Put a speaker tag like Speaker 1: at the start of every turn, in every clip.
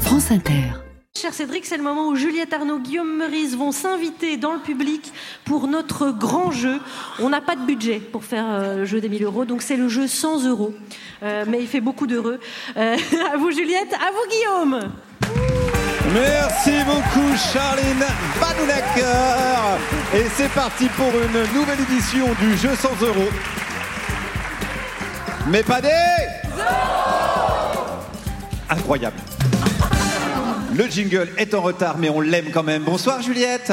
Speaker 1: France Inter.
Speaker 2: Cher Cédric, c'est le moment où Juliette Arnaud, Guillaume Meurice vont s'inviter dans le public pour notre grand jeu. On n'a pas de budget pour faire euh, le jeu des 1000 euros, donc c'est le jeu 100 euros. Euh, mais il fait beaucoup d'heureux. Euh, à vous Juliette, à vous Guillaume.
Speaker 3: Merci beaucoup Charline Badounacker Et c'est parti pour une nouvelle édition du jeu 100 euros. Mais pas des Incroyable. Le jingle est en retard mais on l'aime quand même. Bonsoir Juliette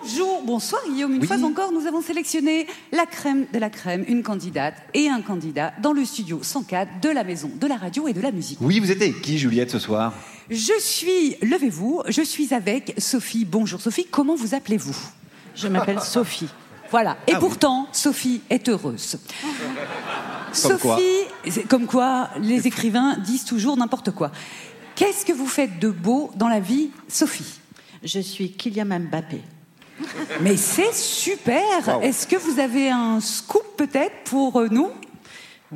Speaker 4: Bonjour, bonsoir Guillaume. Une
Speaker 3: Oui.
Speaker 4: fois encore, nous avons sélectionné la crème de la crème, une candidate et un candidat dans le studio 104 de la maison, de la radio et de la musique.
Speaker 3: Oui, vous êtes avec qui Juliette ce soir
Speaker 4: Je suis, levez-vous, je suis avec Sophie. Bonjour Sophie, comment vous appelez-vous
Speaker 2: Je m'appelle Sophie.
Speaker 4: Voilà. Et
Speaker 3: Ah oui.
Speaker 4: pourtant, Sophie est heureuse. Sophie,
Speaker 3: quoi
Speaker 4: c'est comme quoi les écrivains disent toujours n'importe quoi. Qu'est-ce que vous faites de beau dans la vie, Sophie
Speaker 5: Je suis Kylian Mbappé.
Speaker 4: Mais c'est super Est-ce que vous avez un scoop peut-être pour euh, nous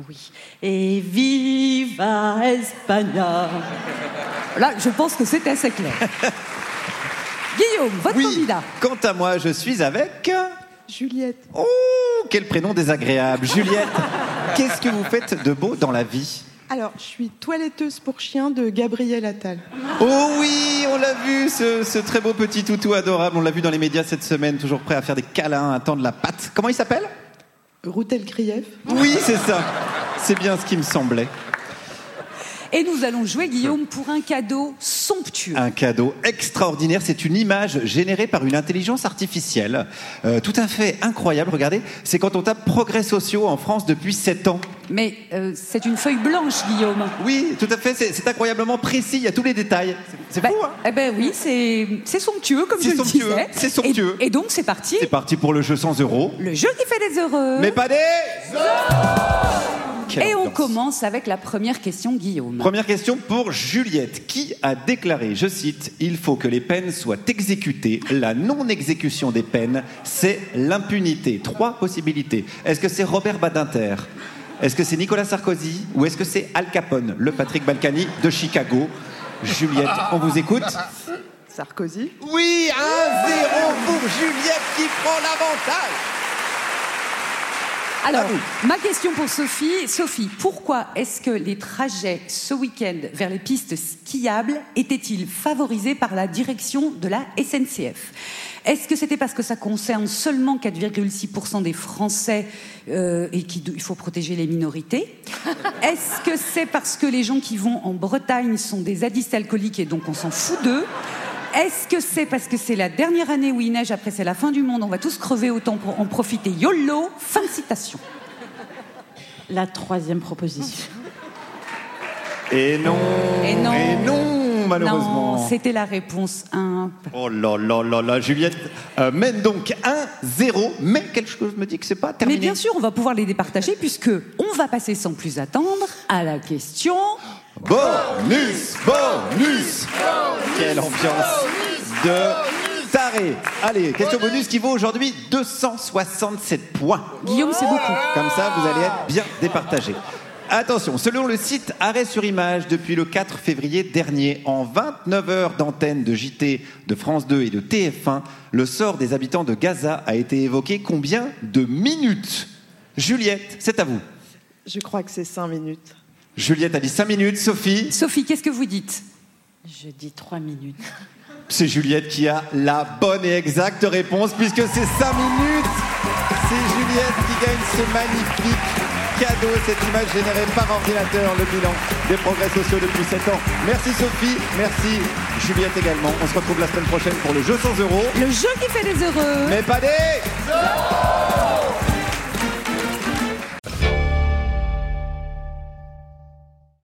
Speaker 5: Oui. Et viva España.
Speaker 4: Là, je pense que c'est assez clair. Guillaume, votre
Speaker 3: Oui.
Speaker 4: candidat.
Speaker 3: Quant à moi, je suis avec
Speaker 5: Juliette.
Speaker 3: Oh, quel prénom désagréable Juliette. Qu'est-ce que vous faites de beau dans la vie
Speaker 5: Alors, je suis toiletteuse pour chien de Gabriel Attal.
Speaker 3: Oh oui, on l'a vu, ce, ce très beau petit toutou adorable. On l'a vu dans les médias cette semaine, toujours prêt à faire des câlins, à tendre la patte. Comment il s'appelle
Speaker 5: Routel Krief.
Speaker 3: Oui, c'est ça. C'est bien ce qui me semblait.
Speaker 4: Et nous allons jouer, Guillaume, pour un cadeau somptueux.
Speaker 3: Un cadeau extraordinaire. C'est une image générée par une intelligence artificielle. Euh, tout à fait incroyable. Regardez, c'est quand on tape progrès sociaux en France depuis 7 ans.
Speaker 4: Mais euh, c'est une feuille blanche, Guillaume.
Speaker 3: Oui, tout à fait. C'est c'est incroyablement précis. Il y a tous les détails. C'est c'est
Speaker 4: Ben,
Speaker 3: fou, hein
Speaker 4: eh ben oui, c'est c'est somptueux, comme
Speaker 3: C'est
Speaker 4: je le
Speaker 3: somptueux,
Speaker 4: disais.
Speaker 3: c'est somptueux.
Speaker 4: Et, et donc, c'est parti.
Speaker 3: C'est parti pour le jeu 100 euros.
Speaker 4: Le jeu qui fait des heureux.
Speaker 3: Mais pas des... Quelle
Speaker 4: et on
Speaker 3: ambiance.
Speaker 4: commence avec la première question, Guillaume.
Speaker 3: Première question pour Juliette, qui a déclaré, je cite, Il faut que les peines soient exécutées. La non-exécution des peines, c'est l'impunité. Trois possibilités. Est-ce que c'est Robert Badinter Est-ce que c'est Nicolas Sarkozy Ou est-ce que c'est Al Capone, le Patrick Balkany de Chicago Juliette, on vous écoute
Speaker 5: Sarkozy.
Speaker 3: Oui, 1-0 pour Juliette qui prend l'avantage
Speaker 4: Alors,
Speaker 3: à vous.
Speaker 4: ma question pour Sophie. Sophie, pourquoi est-ce que les trajets ce week-end vers les pistes skiables étaient-ils favorisés par la direction de la SNCF Est-ce que c'était parce que ça concerne seulement 4,6% des Français euh, et qu'il do- il faut protéger les minorités Est-ce que c'est parce que les gens qui vont en Bretagne sont des addicts alcooliques et donc on s'en fout d'eux est-ce que c'est parce que c'est la dernière année où il neige, après c'est la fin du monde, on va tous crever, autant pour en profiter YOLO Fin de citation.
Speaker 5: La troisième proposition.
Speaker 3: Et non
Speaker 4: Et non.
Speaker 3: non, malheureusement
Speaker 4: Non, c'était la réponse 1.
Speaker 3: Oh là là là là, Juliette euh, mène donc 1-0, mais quelque chose me dit que c'est pas terminé.
Speaker 4: Mais bien sûr, on va pouvoir les départager puisque on va passer sans plus attendre à la question.
Speaker 3: Bonus, bonus Quelle ambiance de taré Allez, question bonus qui vaut aujourd'hui 267 points.
Speaker 4: Guillaume, c'est beaucoup.
Speaker 3: Comme ça, vous allez être bien départagé. Attention, selon le site Arrêt sur Image, depuis le 4 février dernier, en 29 heures d'antenne de JT, de France 2 et de TF1, le sort des habitants de Gaza a été évoqué combien de minutes Juliette, c'est à vous.
Speaker 5: Je crois que c'est 5 minutes.
Speaker 3: Juliette a dit 5 minutes, Sophie.
Speaker 4: Sophie, qu'est-ce que vous dites
Speaker 5: Je dis 3 minutes.
Speaker 3: C'est Juliette qui a la bonne et exacte réponse puisque c'est 5 minutes. C'est Juliette qui gagne ce magnifique cadeau, cette image générée par ordinateur, le bilan des progrès sociaux depuis 7 ans. Merci Sophie, merci Juliette également. On se retrouve la semaine prochaine pour le jeu 100 euros.
Speaker 4: Le jeu qui fait des heureux.
Speaker 3: Mais pas des...